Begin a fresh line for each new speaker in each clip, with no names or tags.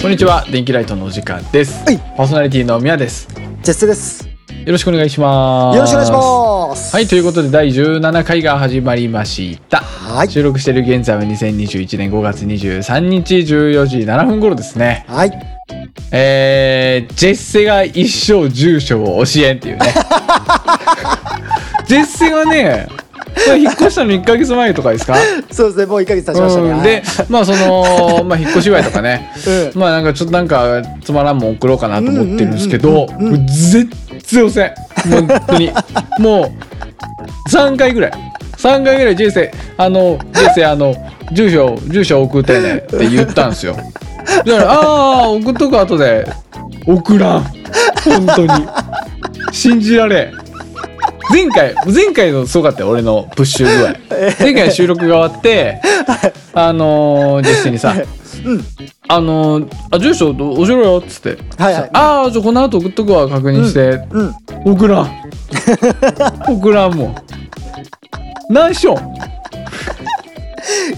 こんにちは電気ライトのお時間です、
はい
パーソナリティの宮です
ジェスです。よ
よろしくお願いします
ろしくお願いします。
はいということ
で。
で第17回が始まりました
はい。
収録している現在は2021年5月23日14時7分頃ですね
はい。
えー、ジェッセが一生住所を教えんっていう ねジェッセがねまあ引っ越したの1か月前とか ですか
そうですね。もう一ヶ月経ちましたね。
うん、でまあその、まあ、引っ越し祝いとかね、
う
まあなんかちょっとなんかつまらんもん送ろうかなと思ってるんですけど、
うんうんうんうん
もう絶対押せん本当にもう3回ぐらい3回ぐらい人生あの人生あの住所住所送ってねって言ったんですよだから「ああ送っとく後で送らん本当に信じられん前回前回のすごかったよ俺のプッシュ具合前回収録が終わってあのー、実際にさ
うん。
あのーあ住所ど教えろよ」っつって「
はいはい
ああじゃあこの後送っとくわ確認して、
うん。
送らん 送らんもん何しよん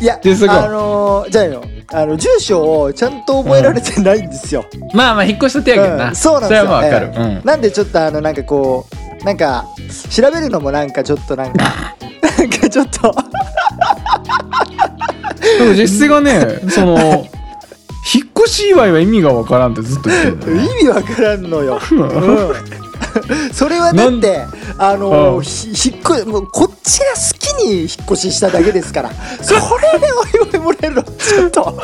いや、
ジェス君
あのー、じゃないの。あの、住所をちゃんと覚えられてないんですよ。
まあまあ引っ越した手やけどな、
うんそうなんですよ。
れはまあわかる、
ええ
うん
なんでちょっとあの、なんかこう、なんか、調べるのもなんかちょっとな んか、なんかちょっと、
でも実質がね その引っ越し祝いは意味がわからんってずっと言ってるんだよ ね
意味わからんのよ。うん。それはだって、あ
う
の
ん
ー、ひ引っ越もうこっちが好きに引っ越ししただけですから、それでお祝いもらえるの、ちょっと。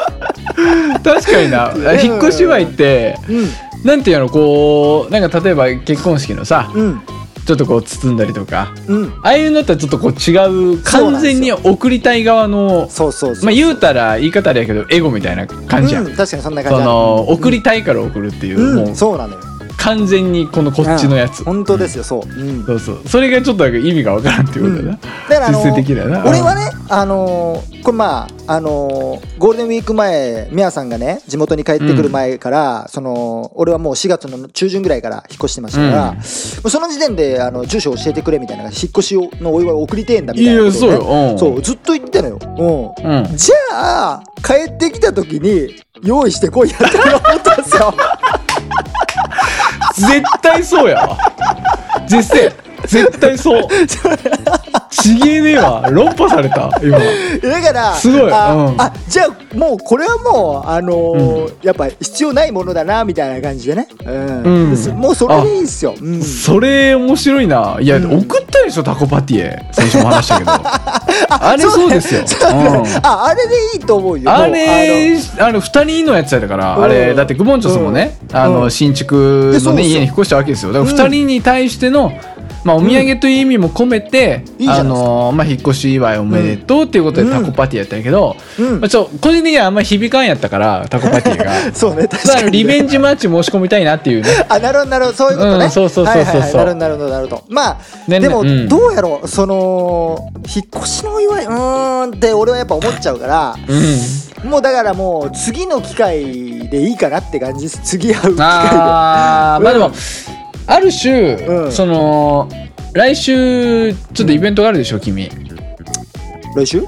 確かにな
うん
引っ越し祝いって
うん。
なんていうのこうなんか例えば結婚式のさ
うん
ちょっとこう包んだりとか
うん
ああいうのってちょっとこう違う
そう
完
なんですよ
全に送りたい側の
そうそうそう
まあ言うたら言い方あれやけどエゴみたいな感じやん、
うん確かにそんな感
そ
じ
の送りたいから送るっていう、
うん
もう
そうなのよ
完全にこのこっちのやつ、
本当ですよそう、うん、だ
そうそうそれがちょっとなんか意味がわからんっていうことだな、
からあの
実践的だよな
俺はねあのーこれまああのーゴールデンウィーク前ミヤさんがね地元に帰ってくる前から、その俺はもう4月の中旬ぐらいから引っ越してましたから、
うん
もうその時点であの住所教えてくれみたいな引っ越しのお祝いを送りてえんだみ
い
たいな
や
ことを
そう
ね
よ、うん、
そうずっと言ってたのよ、うん、
うん
じゃあ帰ってきた時に用意してこいやって思ったんですよ
絶対そうやわ絶世絶対そうちげえねえわ論破された今
だから
すごい
あ、
うん
あじゃあもうこれはもうあのーやっぱ必要ないものだなみたいな感じでね、うん
うん
ですもうそれでいいんすよ、うん、
それ面白いないや、
うん
送ったでしょタコパティエ先週も話 したけどあれそうですよ、うん
ああれでいいと思うよ
あ
もう
れあの二人のやつやだから、
うん
あれだってグボンチョスもね、あ
う
の
ん
新築
でそ
の
う
ね
です
家
よ
に引っ越したわけですよだから
う
二
ん
人に対しての、まあ、お土産という意味も込めて、
いいじ
あ
ゃないです
のまあ、引っ越し祝いおめでとうっていうことで
うん
タコパティやったんやけど、
あのうん
まあ、ちょ個人的にはあんまり響かんやったからタコパテ ィが
そうね確
まあ
か
あの
に
リベンジマッチ申し込みたいなっていうね
あなるほどなるほどそういうことね、
うんそうそうそうそうそう
はいはいはい、なるほどなるほどなるほどまあ、
ね
でも、
うん
どうやろうその引っ越しのお祝いうーんって俺はやっぱ思っちゃうから、
う
もうだからもう次の機会でいいかなって感じです次会う機会で
んあーまあでも、
うん
ある種、
うん
その来週ちょっとイベントがあるでしょ君
来週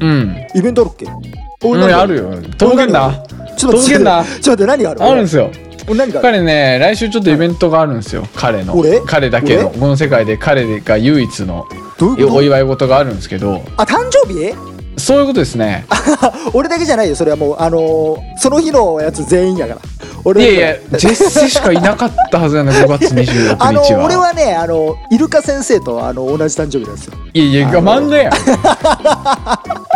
うん
イベントあるっけ
う
俺
ん、
何
あるよ。とぼけんな。
ちょっ
と
と待って
ぼけんな
ちょっと待って何がある
あるんですよ。
俺何がある
彼ね、来週ちょっとイベントがあるんですよ。彼の
俺。
彼だけの。
俺
この世界で彼が唯一の
どういう
お
こと
祝い事があるんですけど、
あ誕生日
そういうことですね。
あ俺だけじゃないよそれはもうあのーその日のやつ全員やから
い
俺
やいや、ジェッセしかいなかったはずやな、5月26
あの
日
ー俺
は。
はねあのーイルカ先生とあのー同じ誕生日なんですよ
いやいや、
あの
漫画や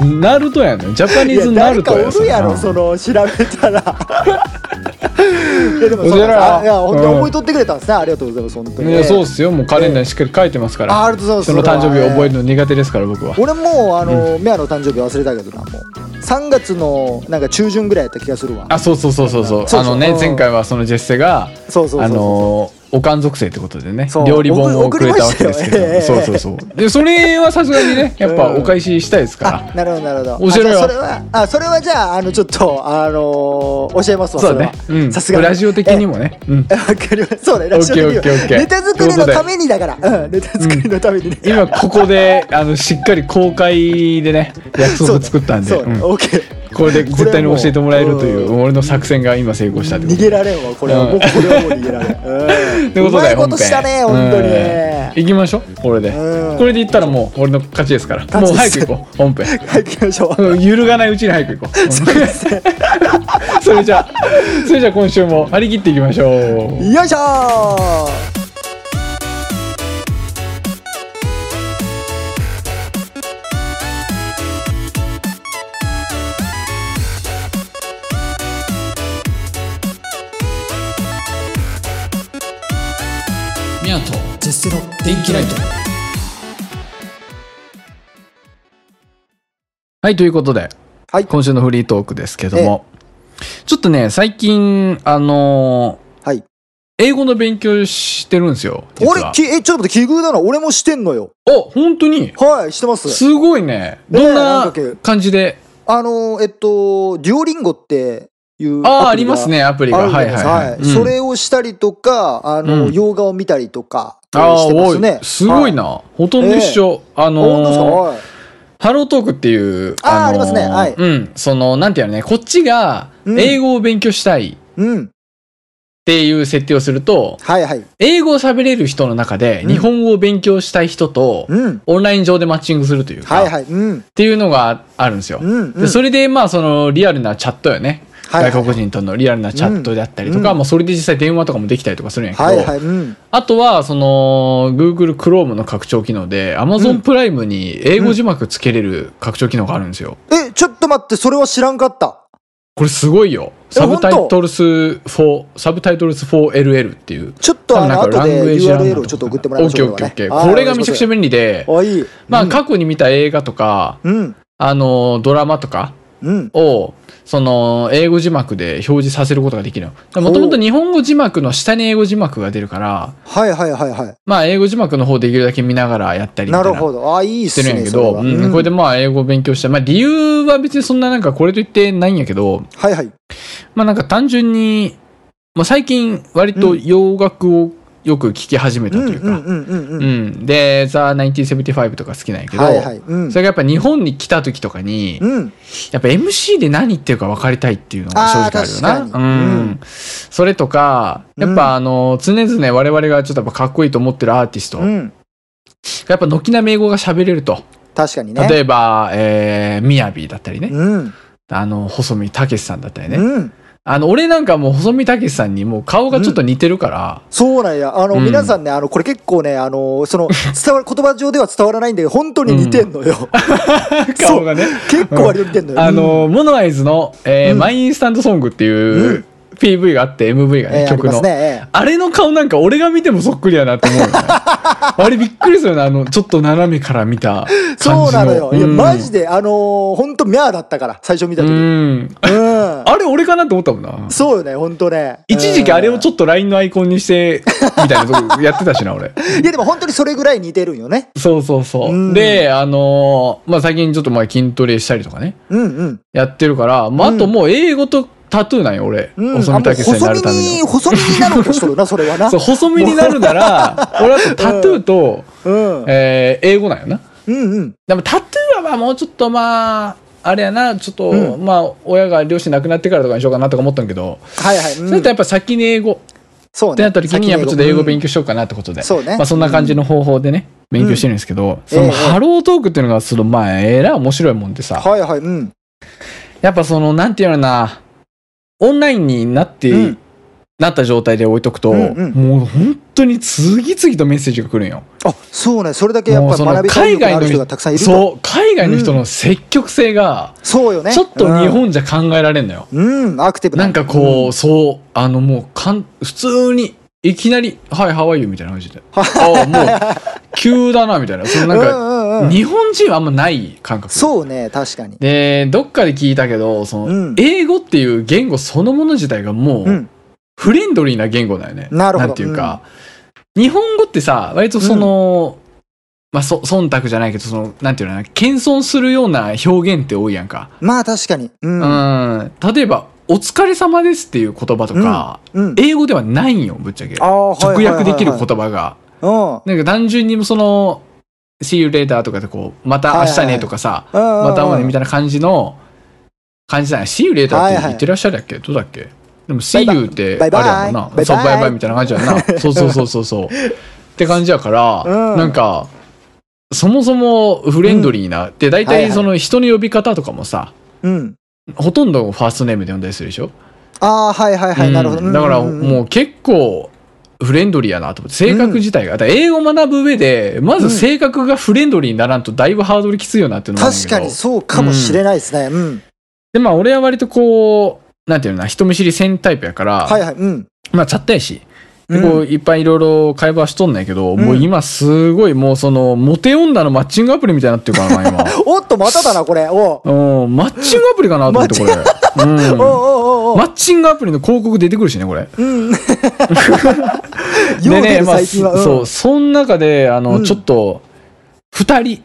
ん。ナルトやん。ジャパニーズ
い
ナル
誰
ト
か
や
お
そ
る
ん
やろ
な
その調べたら いやでも
お
そ
じ
う
ゃら
あいや本当に
うん
思い取ってくれたんですねありがとうございます本当に
い
ね
やそうっすよ。もうカレンダーにしっかり書いてますか
あ
ら。
ありがとうござ
そ
い
の
ます
誕生日を覚える
る
の苦手ですから、僕は。
俺もうあのーメアの誕生日忘れたけどなもう3月のなんか中旬ぐらいやった気がするわ
あ、そうそうそうそうそ
そうう。そう
あのね
う、ん
前回はそのジェッセが、
そうそうそうそう
あのーおかん属性ってことでね
そう
料理本を
送
く
り
れ
ま
たわ
し
け
たよ
ですけど、
ええ
そうそうそうでそれはさすがにねやっぱ
うん
お返ししたいですから、
あなるほどなるほど
教えろよ
あじゃあそれはあそれはじゃああのちょっとあのー教えます
そ
わそうれ
だね
は
うん
さすがに
ラジオ的にもね、うん
えわかりますそうねラジオ的に
オッケーオッケーオッケー
ネタ作りのためにだからうんネタ作りのためにね
今ここであのしっかり公開でね約
そ
束
うね
作ったんで
そうね
うん
オッケー
これで絶対に教えてもらえるという
これもう
俺の作戦が今成功したってこ
逃
と
げられんわこれ
う
は、
ん
僕これはもう逃げられん、うん、
ってことだよ
うまいことしたね
本編
本当にね
行きましょうこれで
うん
これで行ったらもう俺の勝ちですから
勝
もう
ちで
早
す
く行こう本編
はい行きましょう
うん揺るがないうちに早く行こ うそれじゃあそれじゃあ今週も張り切っていきましょう
よいしょー
ミヤと絶世の電気ライト
はいということで
はい
今週のフリートークですけどもちょっとね最近あの
はい
ー英語の勉強してるんですよ実
俺
は
きえちょっと待って奇遇だな俺もしてんのよ
お本当に
はいしてます
すごいねどん
なん
な
か
感じで
あのーえっとデュオリンゴっていう
ああー
ア
あ
プリ
り
が
ますねアプリが
あるじ
は
ゃない
いは
です
い
かはい
はい
そ
うん
れをしたりとかあのー、
うん
洋画を見たりとかえー
あ
して
ー
ま
お
す
い
ね
すごい
は
なほとんど一緒あ
あ
のー
本当ですかはい
ハロートークっていう、のー
あーありますねはい
うん、その、なんていうのね、こっちが
うん
英語を勉強したいっ
うん
ていう設定をすると、
はいはい
英語を喋れる人の中で
うん
日本語を勉強したい人と、
うん
オンライン上でマッチングするというか、
はいはいうん
っていうのがあるんですよ。
うんう
で
ん
それで、まあ、その、リアルなチャットよね。
はいはい
外国人とのリアルなチャットであったりとか、
うん
まあ、それで実際電話とかもできたりとかするんやけど、
はいはいうん
あとは、その、Google Chrome の拡張機能で、
うん
Amazon プライムに英語字幕つけれる拡張機能があるんですよ。
えちょっと待ってそれは知らんかった
これすごいよ。
え
サブタイトルス4、サブタイトルス 4LL っていう。
ちょっとあの
多分
後
なんかラング
で
エージランナー
URL をちょっと送ってもらいましょう
オッケーオッケーオッケ
は
ー。
い
これがめちゃくちゃ便利で、
あいい
まあ過去に見た映画とか、
うん
あの、ドラマとか
うん
を、その、英語字幕で表示させることができるの。もともと日本語字幕の下に英語字幕が出るから、
はいはいはいはい
まあ英語字幕の方できるだけ見ながらやったりみた
ない
な。
るほどあいいっ
して
す
るんや
ね
け
それ
ど、
は
うん
うん
これでまあ英語を勉強して、まあ理由は別にそんななんかこれといってないんやけど、
はいはい
まあなんか単純に、まあ、最近割と洋楽をよく聴き始めた
う
と
ん
いう
うん
か、
うんうん
う
うん
んで「ザ・1975」とか好きなんやけど、
はいはいうん
それがやっぱ日本に来た時とかに、
うん
やっぱ MC で何言ってるか分かりたいっていうのが正直あるよ
あー確
な。
かに
うん
うん
それとかやっぱあの常々我々がちょっとやっぱかっこいいと思ってるアーティスト、
うん
やっぱ軒並み英語が喋れると
確かにね
例えば、えー、みやびだったりね、
うん
あの細見武さんだったりね、
うん
あの、俺なんかもう細見武さんにもう顔がちょっと似てる から、
そうなんやあの
うん
皆さんねあのこれ結構ねあのその伝わる 言葉上では伝わらないんだけど本当に似てんのよ
顔がね。
結構割と似てんの よ
あの、モノアイズの、えー
うん
マインスタントソングっていう、PV があって、MV が
え
ね、
ーあり
曲
ま
の
す。ね
あれの顔なんか俺が見てもそっくりやなって 思うよね。あれびっくりするよね、あの、ちょっと斜めから見た
え
感
え そう
じの。
なのよいや
うん
マジであの本当ミャーだったから最初見た
う
時うん
ん。あれ俺かなって思ったもん な。
そうよね本当ね
一時期あれをち
ょ
ょ
っ
っと LINE のアイコンにして、みたいなとこやってたしな、俺。
といやでも本当にそれぐらい似てるんよね
そうそうそう。
うん
で、あのーまあ、最近ちょっとまあ筋トレしたりとかね。
うんうん
やってるから、まあ、
うん
あともう英語とタトゥーなんよ、俺。
うん
細身
あもう
竹さんにな
細
るために
身に。細身になろうとしとるなそれはな
そう、細身になるなら、 俺はタトゥーと、
うんうん
えー英語なんよな。
うん
でもタトゥーはまあもうちょっとまあ、あれやな、ちょっと、
う
まあ、親が両親亡くなってからとかにしようかなとか思ったんやけど、
はいはい
それとやっぱ先に英語
そうね
ってなった時に、やっぱちょっと英語勉
強
強しようかなってことで。
そうね
まあ、そんな感じの方法でね、勉強してるんですけど、そ
ええ
のハロートークっていうのが、そのまあ、えらい面白いもんでさ、
はいはいうん
やっぱその、なんていうのかな、オンラインになって、
うん
なった状態で置いとくと、
うんうん
もう本当に次々とメッセージが来るんよ。
あそうねそれだけやっ
も
ぱ
うその
学びたいのある
海外の
人がたくさんいると
そう、海外の人の積極性が、
そうよね
ちょっと日本じゃ考えられんのよ。
うんうんアクティブ
なんかこう、そう、あのもうかん、普通に、いきなり、はい、ハワイユみたいな感じ で。ああ、もう、急だな、みたいな。その
う
なん
んう
か、
んうん
日本人はあんまない感覚。
そうね確かに
で、どっかで聞いたけど、その、
うん
英語っていう言語そのもの自体がもう、
うん
フレンドリーな言語だよね。
なるほど
んていうか、日本語ってさ、割とその、まあ、そ、忖度じゃないけど、その、なんていうのかな、謙遜するような表現って多いやんか。
まあ確かにう
うんん。例えば、お疲れ様ですっていう言葉とか、
うん
英語ではないんよ、ぶっちゃけ。
あーはいはい
直
はいはい
訳できる言葉が。
うん
なんか単純にその、see you later とかでこう、また明日ねとかさ、
ま
また会おうねみたいな感じの、感じじゃない。シーユーレーターっ
はい
て
はい
言ってらっしゃるやっけどうだっけでも、シーユーって、あ
バ
れ
イバイ
やもん
バイバ
な。
イ
そう、バイバイみたいな感じやんな。そうそうそうそう そう。って感じやから、
うん
なんか、そもそもフレンドリーな。で、大
はいは
体
い
その人の呼び方とかもさ、
うん。
ほとんどファーストネームで呼んだりするでしょ
ああ、はいはいはい、なるほど。
うんだから
んんん
もう結構フレンドリーやなと思って性格自体が、だから英語を学ぶ上でまず性格がフレンドリーにならんとだいぶハードルきついよなっていうのもあるんや
確
けど
かにそうかもしれないですね。うん。
でまあ俺は割とこうなんていうのかな人見知りせんタイプやから、
はいはい。うん。
まあちゃったやし
う
で
ん
こういっぱいいろいろ会話しとんねんけど、
ん
もう今すごいもうそのモテ女のマッチングアプリみたいになってるからな今
おっと、まただな、これ。おう
うんマッチングアプリかなと思ってこれ、うん
おうおうおうおう
マッチングアプリの広告出てくるしねこれ
うん。よう
で
出
ね、
る
まあ、
最近は。ん
そう、その中で、あの、
うん
ちょっと、二人、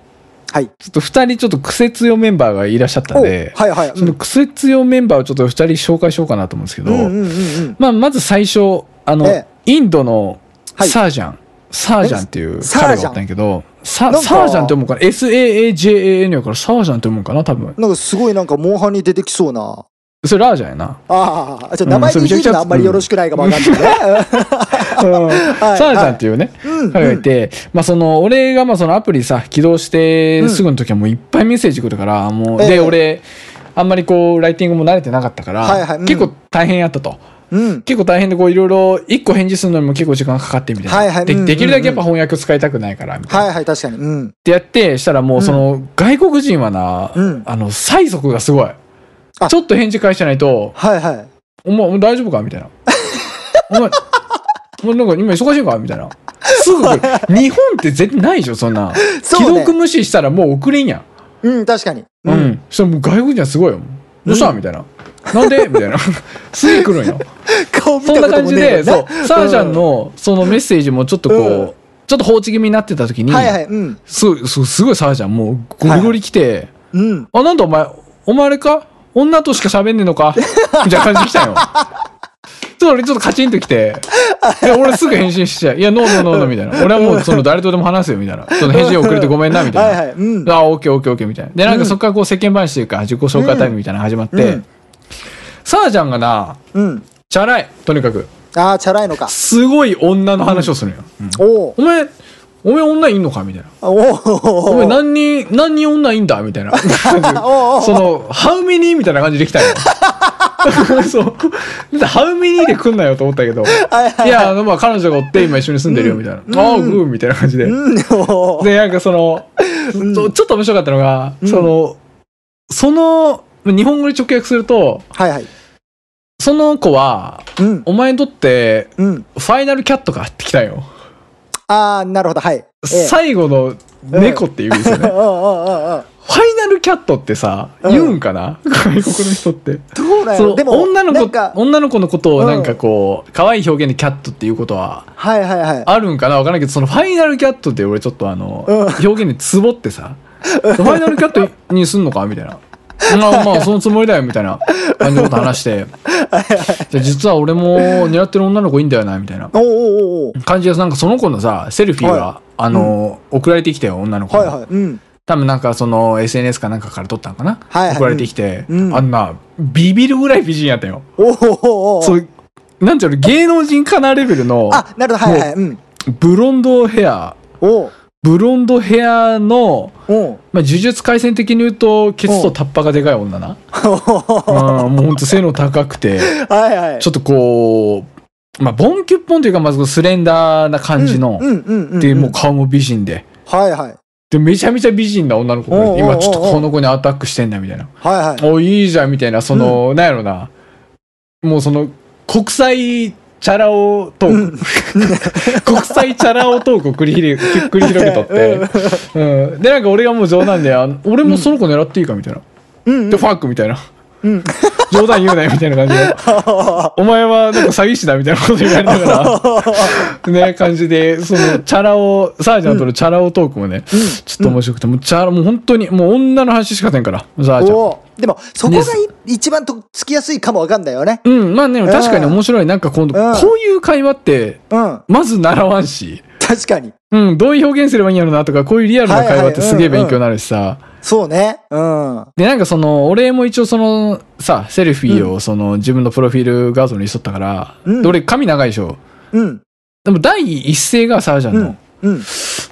はい。
ちょっと二人ちょっと癖強メンバーがいらっしゃったん
おう
で、
はいはい。
その癖強メンバーをちょっと二人紹介しようかなと思うんですけ
う
ど、
んうんうんうん
まあ、まず最初、あの、
え
インドの
はい
サージャン、サージャンっていう
え
彼がおったんやけど、
ー
サ
ジャン
サージャンって読むんかな ?S-A-A-J-A-N やからサージャンって読むんかな多分。
なんかすごいなんかモンハンに出てきそうな。
それラージャンや な。
ああ、ちょっと
うん
名前
それ
に
めちゃ
言
く
う
ちゃ
のはあんまりよろしくないかもわかんないね。はい
サージャンっていうね、
うん
彼がいて、まあその、俺がまあそのアプリさ、起動してすぐの時はもういっぱいメッセージ来るから、もう、
ええ
で、俺、あんまりこう、ライティングも慣れてなかったから、
はいはいうん
結構大変やったと。
うん。
結構大変で、こう、いろいろ、一個返事するのにも結構時間がかかってみたいな。
はいはい
で
うん
できるだけやっぱ翻訳を使いたくないから、みたいな。っ
はいはい、確かに。うん。
てやって、したらもうその、外国人はな、
うん
あの、催促がすごい
あ。
ちょっと返事返してないと、
はいはい。
お前、お前大丈夫かみたい な。お前、お前なんか今忙しいんかみたいな。すぐ来 る。日本って絶対ないでしょ、そんな。既
そうね
読無視したらもう送れんやん。
うん、確かに。
う。ん。そしたらもう外国人はすごいよ。どうした、みたいな。なんでみたいな。 すぐ来るん よ。
顔見
そん
た
な
こと
感
も
じ
ね
で、
えもんな
そう。サージャンのそのメッセージもちょっとこう、
うん
ちょっと放置気味になってた時
う
に、
んはいはい。うん。
すごい、すごいすごいサージャンもうゴリゴリ来て、
うん。
あ、なんだお前、お前あれか女としか喋んねえの かみたいな感じで来たんよ。ちょっと俺ちょっとカチンと来て、いや俺すぐ返信しちゃう。いや、ノーノーノーノーみたいな。俺はもうその誰とでも話すよみたいな。その返事遅れてごめんなみたいな。
はいはい。うん。
あ、オッケーオッケーオッケーみたいな。で、なんかそっからこう世間話というか自己紹介タイムみたいなの始まって、
うん
サージャンがな、
うん。
チャラい、とにかく。
ああ、チャラいのか。
すごい女の話をするんよ。うん
おう
お前、お前女いんのかみたいな。
おう
お
お
前
う
何人、何人女いんだみ たいな。 その、How many? みたいな感じで来たよ。 そう。だって How many? で来んなよと思ったけど。
はい
いや、あの、まあ、彼女がおって今一緒に住んでるよ、みたいな。ああ、グーみたいな感じで。
うんおう
で、なんかその、ちょちょっと面白かったのが、その、その、日本語に直訳すると、
はいはい。
その子は、
うん。
お前にとって、
うん。
ファイナルキャットかって来たよ。
ああ、なるほど。はい。ええ
最後の猫っていう意味ですよね。
うんうんうんうん
ファイナルキャットってさ、
うん
言うんかな 外国の人って。
どうだ
そ
よ。
の
でも、
女の
な
子
んか、
女の子のことをなんかこう、可愛い表現でキャットっていうことは
はいはいはい。
あるんかなわからないけど、そのファイナルキャットって俺ちょっとあの、
うん
表現にツボってさ、ファイナルキャットにすんのかみたいな。まあまあ、 そのつもりだよ、みたいな感じのこと話して。じゃあ実は俺も狙ってる女の子いいんだよな、みたいな
おうおうおう
感じで、なんかその子のさ、セルフィーが、
は
あの、送られてきたよ、女の子
おう。
の。
はいはい。うん。
多分なんかその SNS かなんかから撮ったのかな、
はいはい
送られてきて、
うん
あんなビビるぐらい美人やったよ、
おうおうおうおう
そうなんていうの芸能人かなレベルの
あ、なるほど。はいはい。うん。
ブロンドヘア
おう
ブロンドヘアの、
おう
まあ、呪術廻戦的に言うとケツとタッパがでかい女な、うん、もうほんと背の高く て
はいはい。
ちょっとこうまあボンキュッポンというかまずスレンダーな感じの、
うんうんうん。
でもう顔も美人で
はいはい。
でめちゃめちゃ美人な女の子
おうお
が
う
今ちょっと
おうおう
この子にアタックしてんだみたいな
はいはい。
おいいじゃんみたいなその、なんやろなもうその国際チャラ男トーク 国際チャラ男トークを繰り広げ繰り広げとって、うんでなんか俺がもう冗談であ「俺もその子狙っていいか」みたいな
う
「
んうん
でファック」みたいな
うん。
「冗談言うなよ」みたいな感じで「お前はなんか詐欺師だ」みたいなこと言われながら ね感じでそのチャラ男サージャンとのチャラ男トークもね、ちょっと面白くてもうチャラもう本当にもう女の話しかせんからサージャン。
おうでも、そこがい一番とつきやすいかもわかんないよね。
うん、まあね、
ん
確かに面白い。なんか今度、
うん
こういう会話って、
うん。
まず習わんし、
確かに。
うん、どういう表現すればいいんやろなとか、こういうリアルな会話ってすげえ
はいはい
勉強になるしさ。
そうね。うん。
で、なんかその、俺も一応その、さ、セルフィーをその、自分のプロフィール画像にしとったから、
うん
で、俺髪長いでしょ。
うん。
でも第一声がサージャン
う
の、
ん。うん。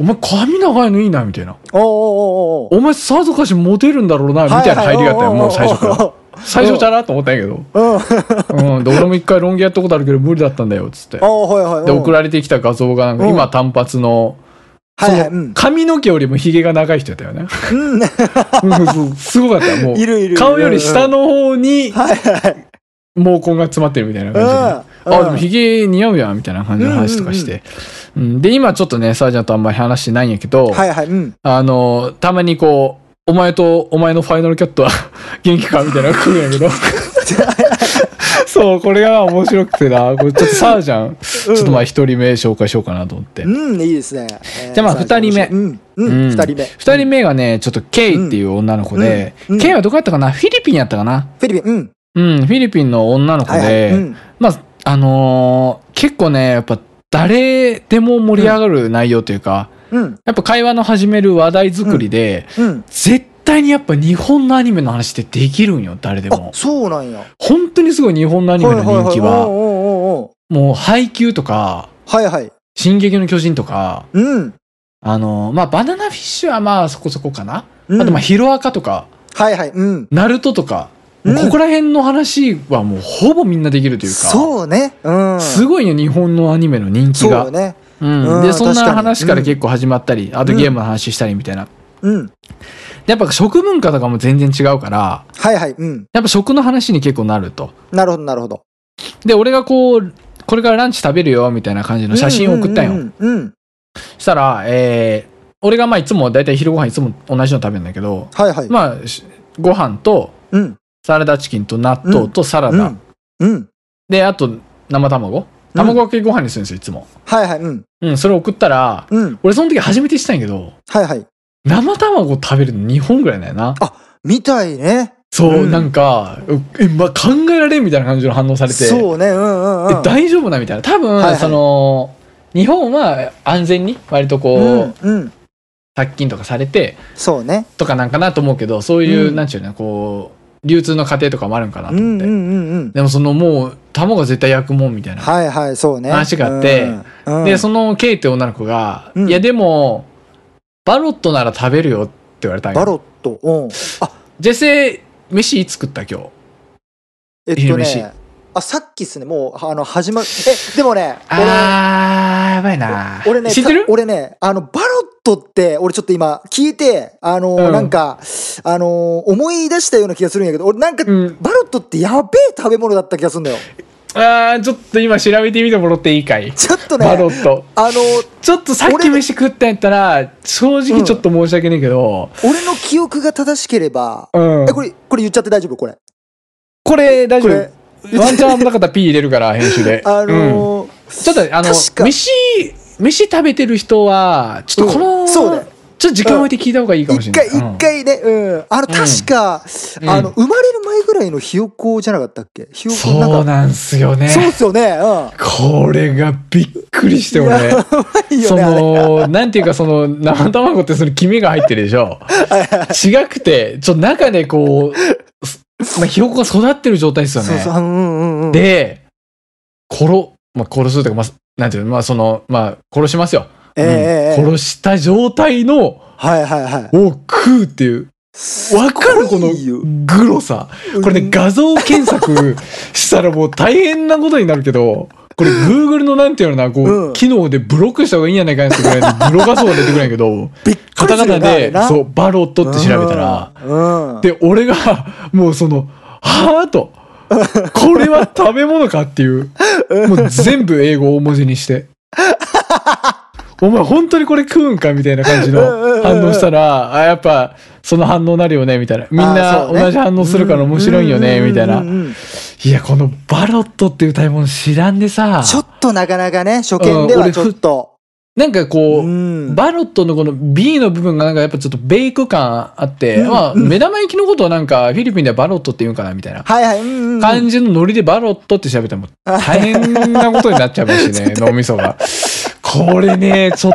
お前髪長いのいいな、みたいな。
おーおーおーおー
お前さぞかしモテるんだろうな、みたいな入りがあったよ、もう最初から。
ら。
最初じゃなと思ったんやけど。
うん。おー
うん。で、俺も一回ロン毛やったことあるけど無理だったんだよ、つって。
はいはい。
で、送
ら
られてきた画像がなんか、
うん
今単発の、
はいはい。うん。
髪の毛よりもヒゲが長い人やった よね。
うん。
うんそうすごかった。もう
い、るいる。
顔より下の
の。
方に
はいはい。
毛根が詰まってるみたいな
うん。
感じで。あ、でもヒゲ似合うやん、みたいな感じの話とかして。うんで、今ちょっとね、サージャンとあんまり話してないんやけど、
はいはい。うん。
あの、たまにこう、お前とお前のファイナルキャットは 元気かみたいなのが来るんやけ ど。そう、これが面白くてな。これちょっとサージャン、ちょっとまあ一人目紹介しようかなと思って。
うん、いいですね。えー
じゃあまあ
さ
二人目
うん。う
うん
ん。二人目。
二人目がね、ちょっとケイっていう女の子で、
うんうん
ケイはどこやったかなフィリピンやったかな
フィリピン。うん。
うん、フィリピンの女の子
はいはい。う
で、
ん。
まあ、あのー結構ね、やっぱ誰でも盛り上がる内容というか、
うん。
やっぱ会話の始める話題作りで、
うん。
絶対にやっぱ日本のアニメの話ってできるんよ、誰で
あ
も、。
そうなんや。
本当にすごい日本のアニメの人気
おう
は、
おうおうお
もう配給とか、
うはいはい。
進撃の巨人とか、
うん。
あのーまあ、バナナフィッシュはまあそこそこかな。
うん
あとまあ、ヒロアカとか、
はいはい。うん。
ナルトとか、
うん
ここら辺の話はもうほぼみんなできるというか、
そうね。うん。
すごいね、日本のアニメの人気
そう
が。
ね。
うん
うん
で、そん
確か
な
に
話から結構始まったり、あと
うん
ゲームの話したりみたいな。
うん。
やっぱ食文化とかも全然違うから、
はいはい。うん。
やっぱ食の話に結構なると。
なるほど、なるほど。
で、俺がこう、これからランチ食べるよ、みたいな感じの写真を送ったんよ。
うん。うん。
したら、えー、俺がまあいつも、だいたい昼ご飯いつも同じの食べるんだけど、
はいはい。
まあ、しご飯と、
うん。
サラダチキンと納豆とサラダ。
うん。うん。
で、あと、生卵卵かけご飯にするんですよ、いつも。
はいはい。うん。
うん、それ送ったら、
うん。
俺その時初めてしたんやけど、
はいはい。
生卵食べるの日本ぐらいだよな。
みたいね。
そう、
うん
なんか、うえ、まあ、考えられんみたいな感じの反応されて、
そうね。うんうんうん。
え大丈夫なみたいな。多分、
はいはい
その、日本は安全に、割とこう、
うん。うん。
殺菌とかされて、
そうね。
とかなんかなと思うけど、そういう、
うん
なんちゅうの、こう、流通の過程とかもあるんかな
う
と思っ
んうん
て。
うんうん。
でもそのもう、卵は絶対焼くもんみたいな。
はいはい、そうね。
話があって
うん、うん
で、その K って女の子が、
うん
いやでも、バロットなら食べるよって言われたん
バ
よ。
ロット。うん。
ジェセ、飯いつ食った今日。
えっ
昼
と
飯
ね、あ、さっきっすね、もう、あの、始まる。え、でもね、
あー、やばいな
俺ね、
知ってる
た俺ね、あの、バロットって、俺ちょっと今、聞いて、あのー、
うん
なんか、あのー、思い出したような気がするんやけど、俺なんか、
うん
バロットってやべえ食べ物だった気がするんだよ。
あー、ちょっと今調べてみてもらっていいかい
ちょっとね、
バロット。
あのー、
ちょっとさっき飯食ったんやったら、正直ちょっと申し訳ねえけど、
俺の記憶が正しければ、
うん。
え、これ、これ言っちゃって大丈夫これ。
これ大
こ
丈
れ
夫。、ワンチャンなかったら P 入れるから、編集で。
あ
うん
のー、
ちょっと、あの、
確か
飯、飯食べてる人は、ちょっとこの、
うんそうね
ちょっと時間置いて聞いた方がいいかもし
一
れない。
回、一回ね、うん。あの、確か、
うん
あの、生まれる前ぐらいのひよこじゃなかったっけひ
う
よ
ん
こ
そうなんすよね。
そうっすよね。うん。
これがびっくりして、
いや
俺。
いいよ
そ
ね、あれ。
の、なんていうか、その、生卵ってその黄身が入ってるでしょ。違くて、ちょっと中でこうす、まあ、ひよこが育ってる状態ですよね。
そうそう、うんうんうん。
で、殺、まあ、殺すというか、まあ、なんていうの、まあ、その、まあ、殺しますよ。
ええええ
うん殺した状態の、
はいはいはい。
を食うっていう。わかるこの
すごいよ
グロさ。これね、画像検索したらもう大変なことになるけど、これ Google のなんていうのかな、こう、
うん
機能でブロックした方がいいんじゃないかなってぐらいのブロ画像が出てくるんやけど、
びっくり、
カタカナで、そうう、バロットって調べたら、
うん。うん、
で、俺が、もうその、はぁと、これは食べ物かっていう、もう全部英語を大文字にして。お前本当にこれ食うんかみたいな感じの
うんうんうんうん
反応したら、あ、やっぱその反応なるよねみたいな。みん
あー
な
そうね
同じ反応するから面白いよね
うん
みたいな
うんう。んうん
いや、このバロットっていう食べ物知らんでさ、
ちょっとなかなかね、初見で
うん
は
俺
ちょっと。
なんかこ
う
う、
ん。
バロットのこの B の部分がなんかやっぱちょっとベイク感あって、
うん
まあ、目玉焼きのことはなんかフィリピンではバロットって言うんかなみたいな。
はいはい。うんうん。
感 じのノリでバロットって調べても大変なことになっちゃいますしね、脳みそが。これね、ちょっ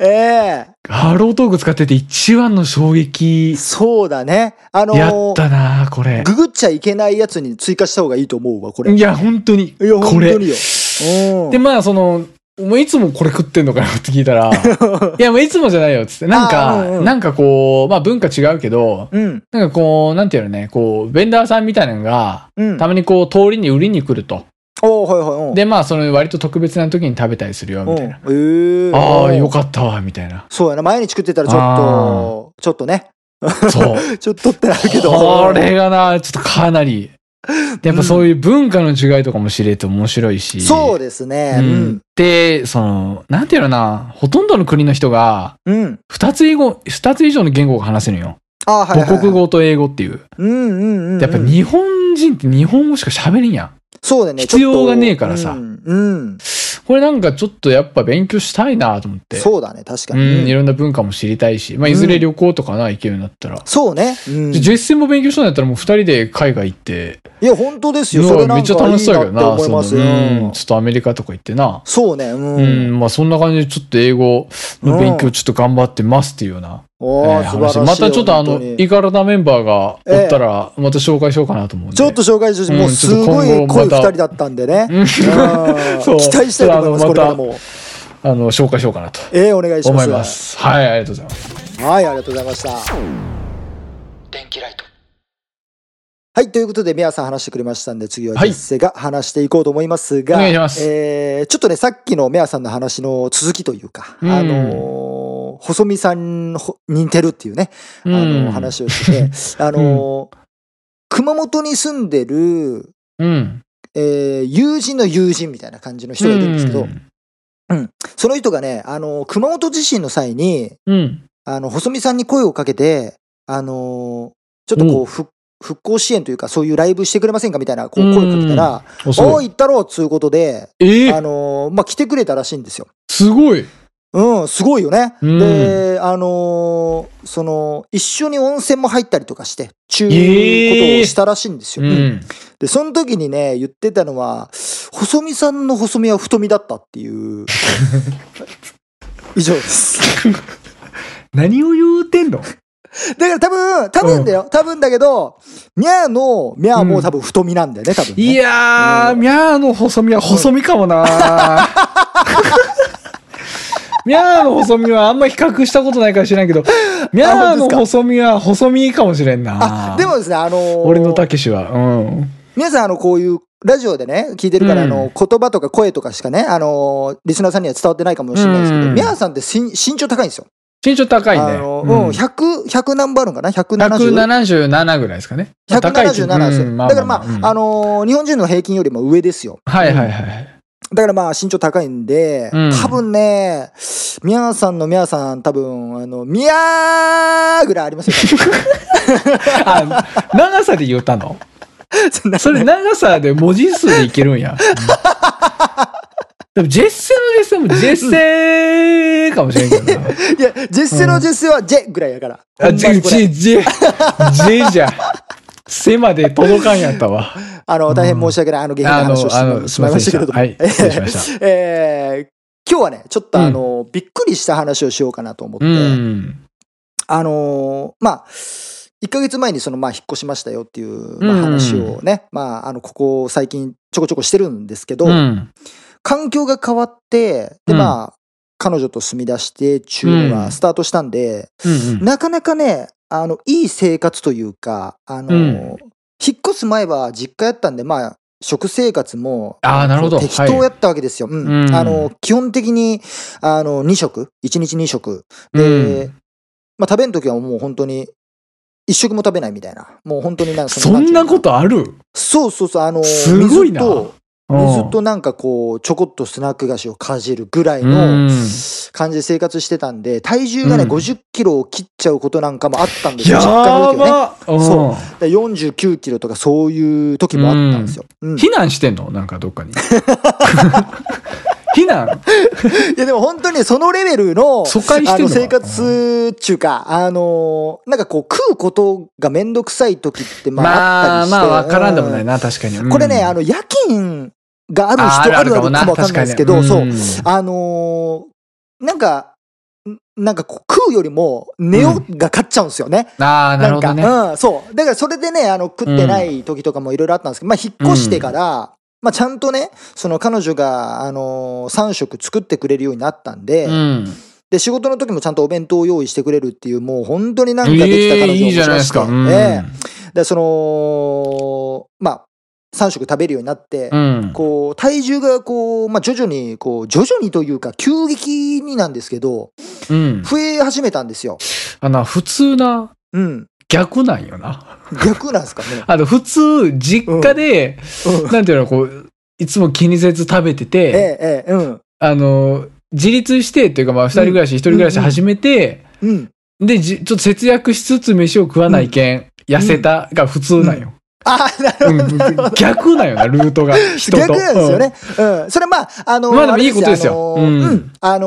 ええ
と、ハロートーク使ってて一番の衝撃、
そうだね。あのー
やったな、これ。
ググっちゃいけないやつに追加した方がいいと思うわ、これ。
いや、本当に。
いや
これ
本当によ。うん
で、まあ、その、お前いつもこれ食ってんのかなって聞いた ら、いや、もういつもじゃないよ、つって。なん
あーうんう
か、
ん
なんかこう、まあ文化違うけど、
うん、
なんかこう、なんていうのね、こう、ベンダーさんみたいなのが、
うん。
たまにこう、通りに売りに来ると。
おーはいはい。うん
で、まあ、その割と特別な時に食べたりするよ、みたいな。
うんええ。
ああ、よかったわ、みたいな
そうやな。毎日食ってたらちょっと、ちょっとね。
そう。
ちょっとってなる けど。
これがな、ちょっとかなり。でやっぱそういう文化の違いとかも知れて面白いし。
そうですね。
う
う
ん
ん。
で、その、なんていうのかな、ほとんどの国の人が、
うん。
二つ以上、二つ以上の言語が話せるんよ。
ああ、はいはいはい。
母国。語と英語っていう。
うんうんうん。
でやっぱ日本人って日本語しか喋れんやん。
そうだね。
必要がねえからさ
ちょっとうん。うん
これなんかちょっとやっぱ勉強したいなと思って。
そうだね、確か
う
に。
ん、い
うん
ろんな文化も知りたいし、まあ、いずれ旅行とかな、行けるようになったら。
そうね。うん
で
い
実践も勉強したんだったらもう二人で海外行って、
や、本当ですよ。
う
そ
わ
れな
めっ
ん
ち
か
ゃ楽
い
し
い
そうや
な
けど
って
な、
思います
そ
よ。
のうん、ちょっとアメリカとか行ってな。
そうね。
う
うん。
ん、まあそんな感じでちょっと英語の勉強ちょっと頑張ってますっていうような、
お
えー
ー、素晴らしい
話。
よ。
またちょっとあ
本
の、
当に
イカラダメンバーがおったら、また紹介しようかなと思うんで。
ちょっと紹介してほしい、
うん
もうすご
ちょっと
い
今後
濃い
ま
二
た
人だったんでね。
うん
うん
そう
期待したいと思います、
ちょ
こ
っ
れ
と
か
あの
らも。
あの、紹介しようかなと
ええ、お願いしま
思
す。
います。はい、ありがとうございます。
はい、ありがとうございました。
電気ライト
はい、ということで、ミヤさん話してくれましたんで、次は
はい
実勢が話していこうと思いますが、
お願いします
えーちょっとね、さっきのミヤさんの話の続きというか、
うん
あのー細見さんほに似てるっていうね、あの
うん
話をしてて、あのー熊本に住んでる、
うん。
えー友人の友人みたいな感じの人がいるんですけど、その人がね、あのー熊本地震の際に、
うん。
あの、細見さんに声をかけて、あのーちょっとこう、復復興支援というか、そういうライブしてくれませんかみたいな、こ
うん
う、声をかけたら、
お
お
そ
お、
う。
行ったろうということで、
え
あ
ー、
のーまあ、来てくれたらしいんですよ。
すごい。
うん、すごいよね。
うん
で、あのーその、一緒に温泉も入ったりとかして、ちゅうことをしたらしいんです
う
よ。うん
ん。
で、その時にね、言ってたのは、細見さんの細見は太身だったって いう。以上です。
何を言うてんの
だから多分、多分だよ。多分だけど、ミャーの、ミャーも多分太身なんだよね、多分、ね。
いやー、ミャーの細身は細身かもな ー。ミャーの細身はあんま比較したことないから知らん けど、ミャーの細身は細身かもしれんな
あ、でもですね、あのー
俺のたけしは、うん。
皆さん、あの、こういう、ラジオでね、聞いてるから、
うん
あの、言葉とか声とかしかね、あのーリスナーさんには伝わってないかもしれないですけど、
うん
ミャーさんって身身長高いんですよ。
身長高いね。
あのーうん、
うん
100、100何番あるんかな ?170?177
177ぐらいですかね。まあ高い位
です
置
よ。
うんまあ
だからま
うん
あ、あのー日本人の平均よりも上ですよ。
はいはいはい。
だからまあ身長高いんで、
うん
多分ね、ミヤさんのミヤさん多分、あの、ミヤーぐらいありますよ。多分
あ、長さで言ったの
そんな
それ長さで文字数でいけるんや。でも、ジェッセのジェッセもジェッセーかもしれんけどな。
いや、ジェッセのジェッセはジェぐらいやから。
あ、
ほん
ジ
ま
ェ、
にこ
ジ
れ
ェ、ジェ、ジェじゃ。背まで届かんやったわ。
あの、大変申し訳ない。あの、下品な話をして
あのあ
し
の
ましまいましたけれども。
すいませんでしたはい失礼しまし
えー今日はね、ちょっとあの、びっくりした話をしようかなと思って、
うん。
あのーまあ、1ヶ月前にその、まあ、引っ越しましたよっていう、まあ
うん
話をね、まあ、あの、ここ最近ちょこちょこしてるんですけど、
うん。
環境が変わって、
う
で、
ん
まあ、彼女と住み出して、中のがスタートしたんで、
うん。
なかなかね、あの、いい生活というか、あの、
うん
引っ越す前は実家やったんで、まあ、食生活も、
あーなるほど
適当やったわけですよ。うん
うん
あの、基本的に、あの、2食、1日2食。で、
うん
まあ、食べんときはもう本当に、一食も食べないみたいな。もう本当になんか
そんなことある
そうそうそう、あの、
すごいな
水と、
うん
水となんかこう、ちょこっとスナック菓子をかじるぐらい
うん
の感じで生活してたんで、体重がね、
うん
50キロを切っちゃうことなんかもあったんですよ、
や
実家の
ー
時はね。
ばうん
そで49キロとかそういう時もあったんですよ。うんい
避難してんのなんかどっ かに。 避難
や、でも本当にそのレベルの、
疎開して
あ
んの
の
か
生活っていうか、あの、なんかこう、食うことがめんどくさい時って、まあ、
ま
あった
あ
りして。
まあ、わからんでもない
うん
な、確かに。うん
これね、あの、夜勤がある
あ
人、
ー
あるあるかもわかんないですけど、そう。あのーなんか、んなんかこう食うよりも、寝ようが勝っちゃうんですよね。
ああ、なる
なん
ほ
か、
どね。
うん、そう。だからそれでね、あの、食ってない時とかもいろいろあったんですけど、まあ、引っ越してから、まあ、ちゃんとね、その彼女が、あの3食作ってくれるようになったんで、
うん。
で、仕事の時もちゃんとお弁当を用意してくれるっていう、もう本当になんかできた彼女を
ええいいじゃないですか。
目
うん
指してええで、その、まあ、3食食べるようになって、
うん。
こう、体重がこう、まあ、徐々に、こう、徐々にというか、急激になんですけど、
うん。
増え始めたんですよ。
あの、普通な、
うん。
逆なんよな。
逆なんですかね。
あの、普通、実家で、
うん
なんていうの、こう、いつも気にせず食べて
え
て、
え、ええ、うん。
あの、自立してっていうか、まあ、二人暮らし、一人暮らし始めて、
うん。
で、じちょっと節約しつつ飯を食わないけん、痩せたが普通なんよ。
ああ、なるほど、なるほ
うん
ど。
逆なんよな、ルートが。人と。
逆なんですよね。うん。それまあ、あの、
まあでも
れ
いいことですよ
あのー
うん
うん。あの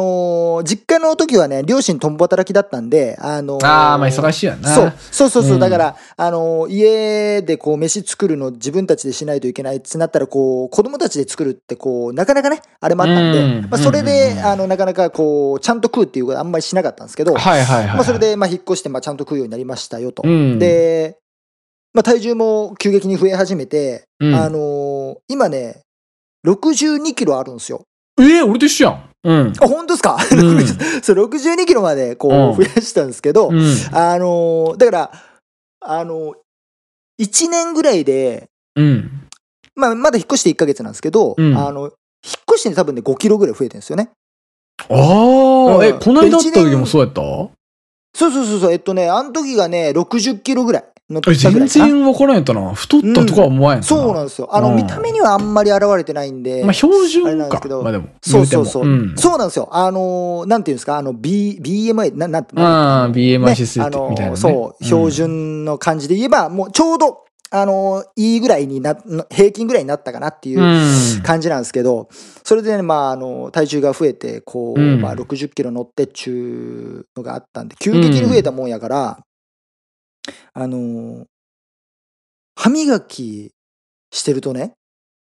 ー、実家の時はね、両親共働きだったんで、あの
う
ー、
んああ、まあ、忙しいやんな。
そうそうそうそう、
うん
だから、あの家でこう飯作るの自分たちでしないといけないってなったらこう子供たちで作るってこうなかなかねあれもあったんで、
うん
まあ、それ
うんうん
で、
うん
あのなかなかこうちゃんと食うっていうことはあんまりしなかったんですけど、
はいはいはいはい。
まあ、それでまあ引っ越してまあちゃんと食うようになりましたよと。
うん、
で、まあ、体重も急激に増え始めて、
うん
あの今ね62キロあるんですよ。
ええ俺と一緒やん。うん。
あ本当ですか、
うん
そう62キロまでこう
う
増やしたんですけど、
うん。
あのーだから、あのー、1年ぐらいで、
うん。
まあ、まだ引っ越して1ヶ月なんですけど、
うん
あの、引っ越して多分ね、5キロぐらい増えてるんですよね。
ああ、え、
うん
こないだ会った時もそうやった
そうそうそうそう、えっとね、あの時がね、60キロぐらい乗っ
え、
たぐら
全
いかな。
然わからんやったな。太ったとかは思わんやったな。
そうなんですよ。あの、
うん
見た目にはあんまり現れてないんで、
まあ、標
あれな
準
んで
か
すけ。ど
まあでも。
そうそうそう
言うても
そうなんですよ。あのーなんていうんですか、あの、B、BMI、な、なんて、
うん。ああ、
ね
BMI 指数
あ
みたい
の
な、ね
そう、標
ん
準の感じで言えば、もうちょうど、あのーいいぐらいにな、平均ぐらいになったかなっていう
うん
感じなんですけど、それでね、まあ、あの体重が増えてこう、
うん
まあ、60キロ乗ってっちゅうのがあったんで急激に増えたもんやから、あの歯磨きしてるとね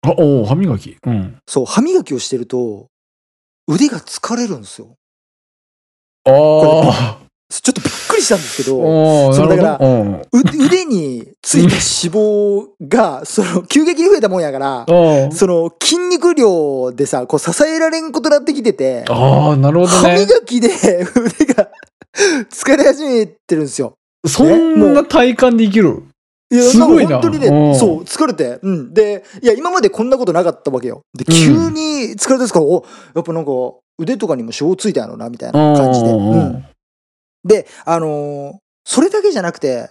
あ、おお歯磨き。うん。
そう歯磨きをしてると腕が疲れるんですよ
ああ。
ちょっとびっくりしたんですけど
おお
そ
な
う
る
だから
ほど。うん。
う腕についた脂肪が その急激に増えたもんやから
おー
その筋肉量でさこう支えられんことになってきてて
ああ、なるほど
歯
ね。
磨きで 腕が 疲れ始めてるんですよ。
そんな体感できる。
いや
すごいなん
か本当に
うん
ね、そう、疲れて。うん。で、いや、今までこんなことなかったわけよ。で、
うん
急に疲れたすから、お、やっぱなんか、腕とかにも脂肪ついたやろな、みたいな感じで。
うん
うん。で、あのーそれだけじゃなくて、やっ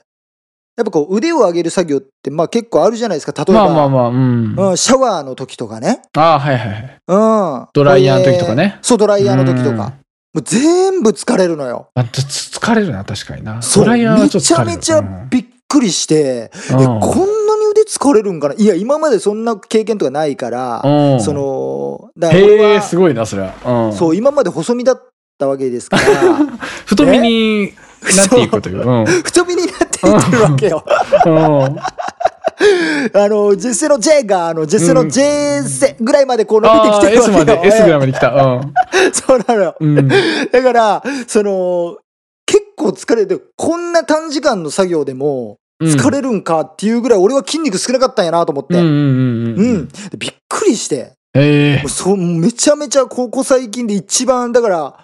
ぱこう、腕を上げる作業って、まあ結構あるじゃないですか。例え
ま
ば、
あまあまあ、うん。あ
うん、シャワーの時とかね。
あ、はいはいはい。
うん。
ドライヤーの時とかね
これそう、ドライヤーの時と
うん
か。もう全部疲れるのよ。
あつつ疲れるな、確かにな。
そう
ドライヤーは
め
ちょっ
ち
と疲
ゃ
れる。
めちゃびっくりして、え
うん
こんなに腕疲れるんかないや今までそんな経験とかないから、
うん
そのだから俺
へえ、
は
すごいな、それは。うん
そう今まで細身だったわけですから
太めになっていくという。うん。うん
太身になっていってるわけよあ のジェスの J があのジェス
う
の
ん
J せぐらいまでこう伸びて
あ
き
あ、
てるわ
S
け
ま
よ
で、S ぐらい
い
まで来た。うん。
そうなのよ
うん。
だからその結構疲れてこんな短時間の作業でも
うん
疲れるんかっていうぐらい俺は筋肉少なかったんやなと思って、
うんうんうんう。
うんん。でびっくりして、
へえ
もう。そうもうめちゃめちゃここ最近で一番、だから、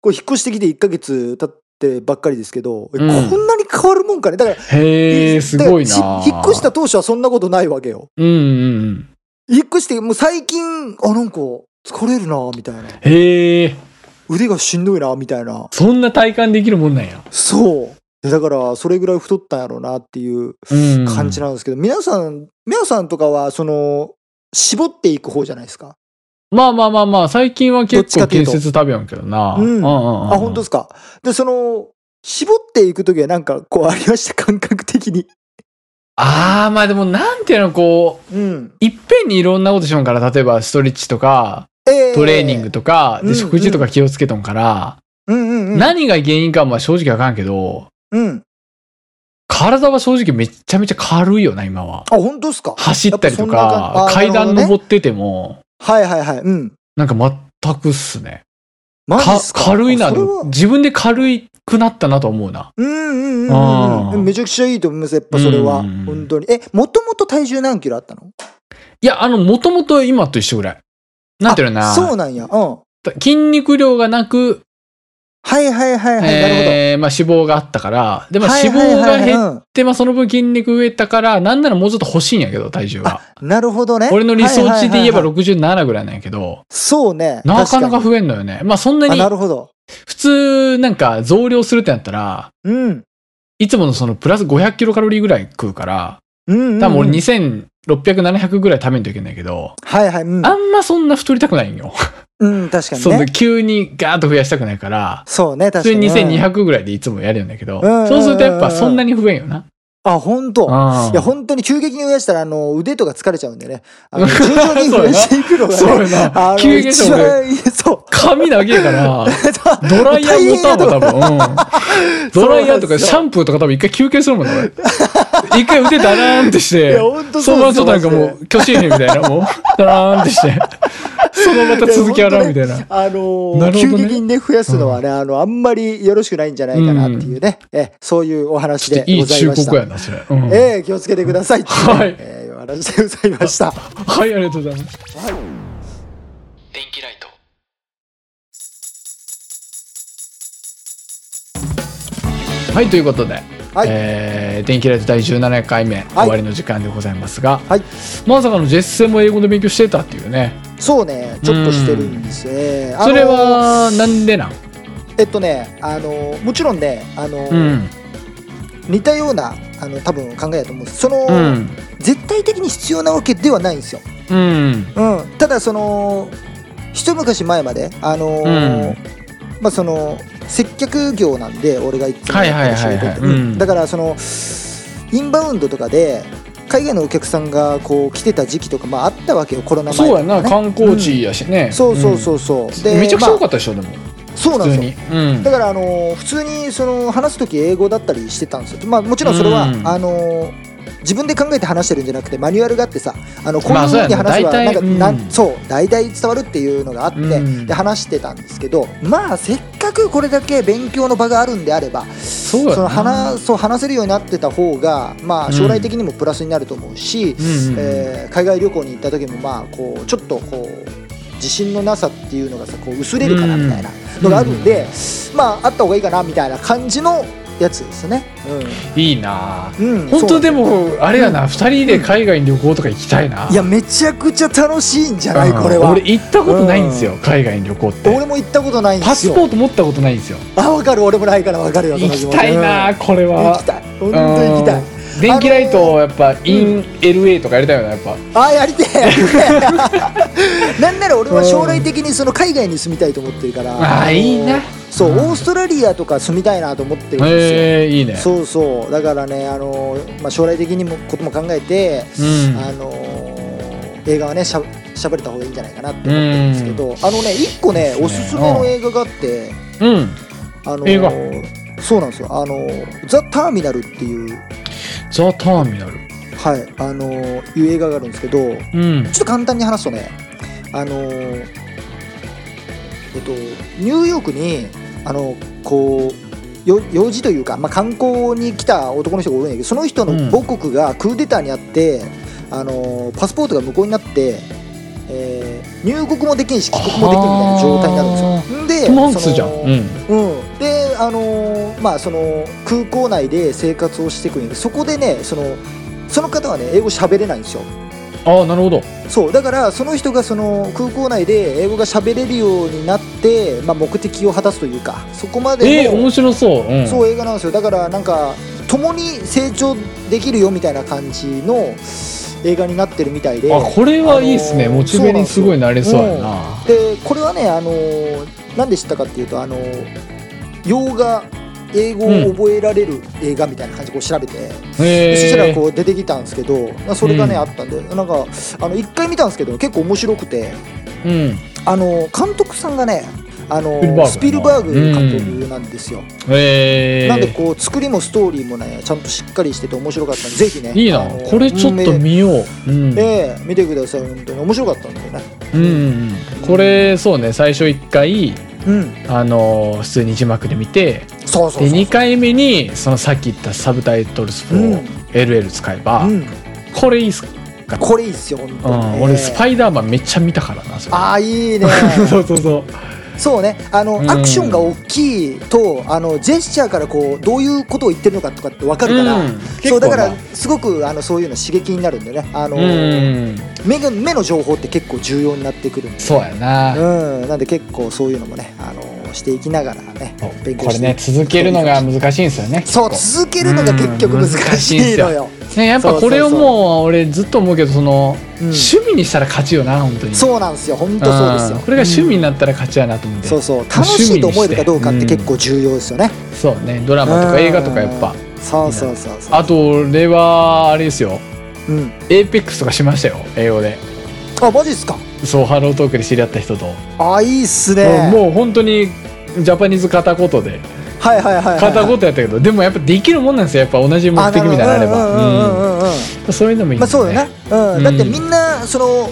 こう引っ越してきて1ヶ月経ってばっかりですけど、え
うん
こんなに変わるもんかね。だから、
へえ、すごい
だから
な。
し引っ越した。当初はそんなことないわけよ。
うんうんうん。
引っ越して、もう最近、あ、なんか疲れるな、みたいな。
へえ、
腕がしんどいな、みたいな。
そんな体感できるもんなんや。
そう。でだから、それぐらい太ったんやろうなっていう
うん。
感じなんですけど、皆さん、皆さんとかは、その、絞っていく方じゃないですか。
まあまあまあまあ、最近は結
ど
構
っちかってい
建
うと
設食べやんけどな。
うん
あ、
あ、本当ですか。で、その、絞っていくときはなんか、こうありました、感覚的に。
ああ、まあでもなんていうの、こう、
うん。
いっぺんにいろんなことしよんから、例えばストレッチとか、
えー
トレーニングとか、
うん
で、食事とか気をつけとんから、
うんうんうん。
何が原因かはまあ正直わかんけど、
うん。
考体は正直めちゃめちゃ軽いよな、今は。
あ、本当ですか
走ったりと
やっぱそんな
か、
感じあ
階段
なるほど
登
ね
ってても、
はいはいはい。うん。
なんか全くっすね。
マジっ
か
すか
軽いな
あそれは
と、自分で軽くなったなと思うな。
うんうんうん
あ
う
ー
ん。めちゃくちゃいいと思います、やっぱそれは。
うんうんうん
本当に。え、もともと体重何キロあったの
いや、あの、もともと今と一緒ぐらい。なんていうのかな。
そうなんや。うん。は
筋肉量がなく、
いはいはいはい。なるほど。
えーまあ、脂肪があったから、で、まあ、
はい
脂
はい
肪
は
が
いはい
減って、まあ、その分筋肉増えたから、なんならもうちょっと欲しいんやけど、体重は。
うんなるほどね。
俺の理想
はいはいは
値
いはい
で言えば67ぐらいなんやけど、
そうね。
なかなか
確
増えんのよね。まあ、そんな
に
に
あ、な、るほど。
普通、なんか増量するってなったら、
うん。
いつものそのプラス500キロカロリーぐらい食うから、
うんうんうん。
多分俺2600、700ぐらい食べんといけないけど、
はいはい。うん
あ。んまそんな太りたくないんよ。
うん、確かに
その
ね。
急にガーッと増やしたくないから、
そうね、
普
確
通
かに。
に2200ぐらいでいつもやるんだけど、
うん
そうするとやっぱそんなに増えんよな。
あ、本当。
うん
いや、本当に急激に増やしたら、あの、腕とか疲れちゃうんでね。あの、徐々に増やしていくのが、ね、
そうや
あ
な。
の、
急激に
一
俺、
番いい、そう。
髪長え から、ドライヤーボタンも多分、うん、ドライヤーとかシャンプーとか多分一回休憩するもんね、俺。一回腕ダラーンってし
い
て、
やほんと
そ
そう
の
です
後
よ
なんかもう、巨神兵みたいな、もう、ダラーンってして、そのまた続き洗うみたいな。
あのー
なるほ
急
どね
激にね、増やすのはね、あの、あんまりよろしくないんじゃないかなっていうね、え、そういうお話
ちょ
で
っとい
ご
い
ざい
忠
ました。
告やな、それ。うん
ええ気をつけてくださいっていうね、
はい
ええお話でございま した。
はい、ありがとうございます。
電気ライト
はい、ということで、
はい
えー電気ライト第17回目、終わりの時間でございますが、
はい
まさかのジェス戦も英語で勉強してたっていうね、
そうね、ちょっとしてるんですよね。あのー
それはなんでなん、
えっとね、あのーもちろんね、あのー
うん
似たような、あの、多分考えだと思うんです。その、
うん
絶対的に必要なわけではないんですよ。
うん
うん、ただその一昔前まであのー
うん
まあその接客業なんで俺がいつも
はいはい
や
はいはい
ってる仕事って
うん
だからそのインバウンドとかで海外のお客さんがこう来てた時期とかまああったわけよコロナ前と
そう
か
や
ね、
な観光地やしね、
うんそうそうそううそう、
んめちゃくちゃ多か
っ
ったでしょでも
た、そうなん
普
で
通
すよ
にうん
だから、あのー普通にその話す時英語だったりしてたんですよ、まあ、もちろんそれは、
うん
あのー自分で考えて話してるんじゃなくてマニュアルがあってさあのこう
ま
いう
あ
ふうに
そうや
話
ね
せばな
大
んか
体
な
うん
んそう大体伝わるっていうのがあって、
うん
で話してたんですけどまあせっかくこれだけ勉強の場があるんであれば
そうや
その
な
話そう話せるようになってた方が、ま
う
あ、
ん
将来的にもプラスになると思うし、
うんうん
えー海外旅行に行った時も、まあ、こうちょっとこう自信のなさっていうのがさこう薄れるかな
うん
みたいなのがあるんで、まああった方がいいかなみたいな感じのやつですね。
いいな
うんうん、
本
そ
当
う
で
なんすよ
もあれやな、二人で海外に旅行とか行きたいな、
いやめちゃくちゃ楽しいんじゃ
う
なんいこれは
俺行ったことないんですよ、海外に旅行って
俺も行ったことないんで
パ
す
ス
よ
ポート持ったことないんですよ
あ分かる俺もないから分かるよそ
行
の気
き
持ち
たいな
うん
これは
行きたい本当行きたい
うん電気ライトをやっぱ、イン LA とかやりたいよなやっぱ
あやりてえやりて えなんなら俺は将来的にその海外に住みたいと思ってるから、
あーいいな
そう、
うん
オーストラリアとか住みたいなと思ってるんですよ、
へえいいね
そうそうだからね、あのまあ、将来的にもことも考えて、
うん
あの映画はねしゃしゃべれた方がいいんじゃないかなって思ってるんですけど、あのね一個ね
そうで
お
すね
すすめの映画があって、
うん
あの
映画
そうなんですよ「あのザ・ターミナル」っていう,、
ザ・ターミナル
はいあのいう映画があるんですけどちょ
うん
っと簡単に話すとねあのえっとニューヨークにあのこうよ用事というか、まあ、観光に来た男の人がおるんやけどその人の母国がクーデターにあって、あのパスポートが無効になって、えー入国もできんし帰国もできんみたいな状態になるんですよ。で
トマンスじゃん
その
うん
うん、で、あのーまあ、その空港内で生活をしていくんやけどそこでねそのその方はね英語喋れないんですよ
ああなるほど
そうだからその人がその空港内で英語が喋れるようになって、まあ、目的を果たすというかそこまでの
えー、面白そう、うん、
そう映画なんですよだからなんか共に成長できるよみたいな感じの映画になってるみたいで
あこれはいいですね、
あのー
モチベにすごいなれそうやな
でこれはね、あのーなんで知ったかっていうと、あのー洋画英語を覚えられる映画みたいな感じでこう調べて、
へ
でそしたら
え
こう出てきたんですけどまあそれがね、
うん
あったんでなんかあの一回見たんですけど結構面白くて、
うん
あのー監督さんがねあの
スピルバーグ
スピルバーグ監督なんですよ、
え
なんで
ー、
こう作りもストーリーもねちゃんとしっかりしてて面白かったんでぜひね
いいな
あの
これちょっと
うん
見よう、うん
ええ見てください本当に面白かったんだよね
うんうんうん、これそうね最初1回、
うん
あのー普通に字幕で見て
そうそうそう
で2回目にそのさっき言ったサブタイトルスプロ
うん
を LL 使えば、
うん
これいいっすか、
これいいっすよ本
う
当に、
ん、俺スパ
イ
イダーマンめっちゃ見たからなそれ
ああい いね
そうそうそう
そうねあの、
うん
アクションが大きいとあのジェスチャーからこうどういうことを言ってるのかとかって分かるから、
うん
そう
結構
だ
な
からすごくあのそういうの刺激になるんでねあの、
うん
目が目の情報って結構重要になってくるんで
そうやな、
うん、なんで結構そういうのもね、あのしていきながらね
そう、
勉強
こ
し
れ
てい
ね
く
続けるのが難しいんですよね
そう
結
続けるのが結局難しいのよ、
構ねやっぱこれをもう俺ずっと思うけどその、
うん
趣味にしたら勝ちよな本当に
そうなんですよ本当そうですよ
んこれが趣味になったら勝ちやなと思って、
そうそう楽しいと思えるかどうかって結構重要ですよね、
そうねドラマとか映画とかやっぱ
うんそうそうそうそう
あと俺はあれですよ
うん
エーペックスとかしましたよ英語で
あマジっすか
そうハロートークで知り合った人と、
あいいっすね
もう本当にジャパニーズ片言で
はいはいはいはい
片言やったけどでもやっぱできるもんなんですよやっぱ同じ目的みたいなのあれ
あなるほどうんうん
ば
うんうんうん
うんそういうのもいい
まあ
ですね
そうだね、うん
うん
だってみんなその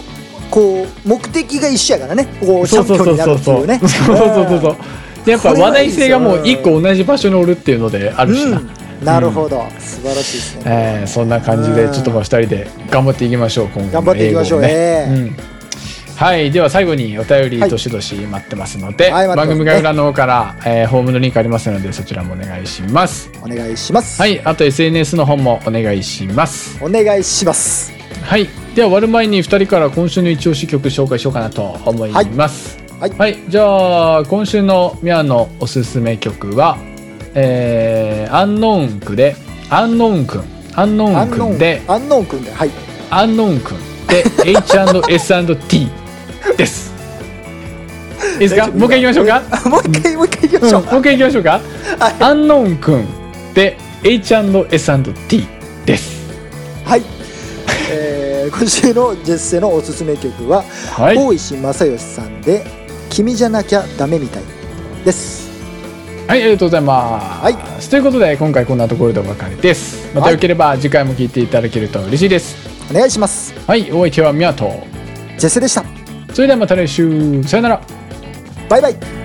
こう目的が一緒やからねこうチ
そ
ャ
う
ン
そう
ピオン
そう
にな
そう
るって
そ
いうう
そ
ね
うそうそうそうでやっぱ話題性がもう一個同じ場所におるっていうのであるし
う
な、
ん、なるほど、素晴らしいですね、
えーそんな感じでちょっとまあ2人で頑張っていきましょう今後
頑張っていきましょう
英語を
ええ
うんはいでは最後にお便り
はい
どしどし待ってますので、
はい待ってま
番
す
組概要欄の方から、えーホームのリンクありますのでそちらもお願いします
お願いします、
はいあと SNS の方もお願いします
お願いします
はいでは終わる前に2人から今週の一押し曲紹介しようかなと思います
はい
じゃあ今週のミャアのおすすめ曲はえー、アンノーンクでアンノーンくんアンノーンくんで
アンノーンくんではい
アンノーン君で H&S&T です。いいですか
大丈夫
もう一回行きましょうか、
あもう一回もう一回行き
う
ま
ん
しょ
も
う、
う一回行きましょうかアンノーン君で H&S&T です。
はい、えー、今週のジェッセのおすすめ曲は、
はい。
大石正義さんで君じゃなきゃダメみたいです
はい、ありがとうございます。
は
ということで、今回こんなところでお別れです。また
はい
よければ次回も聞いていただけると嬉しいです。
お願いします
はい、お相手はミヤト。
ジェッセでした
それではまた来週。さよなら。
バイバイ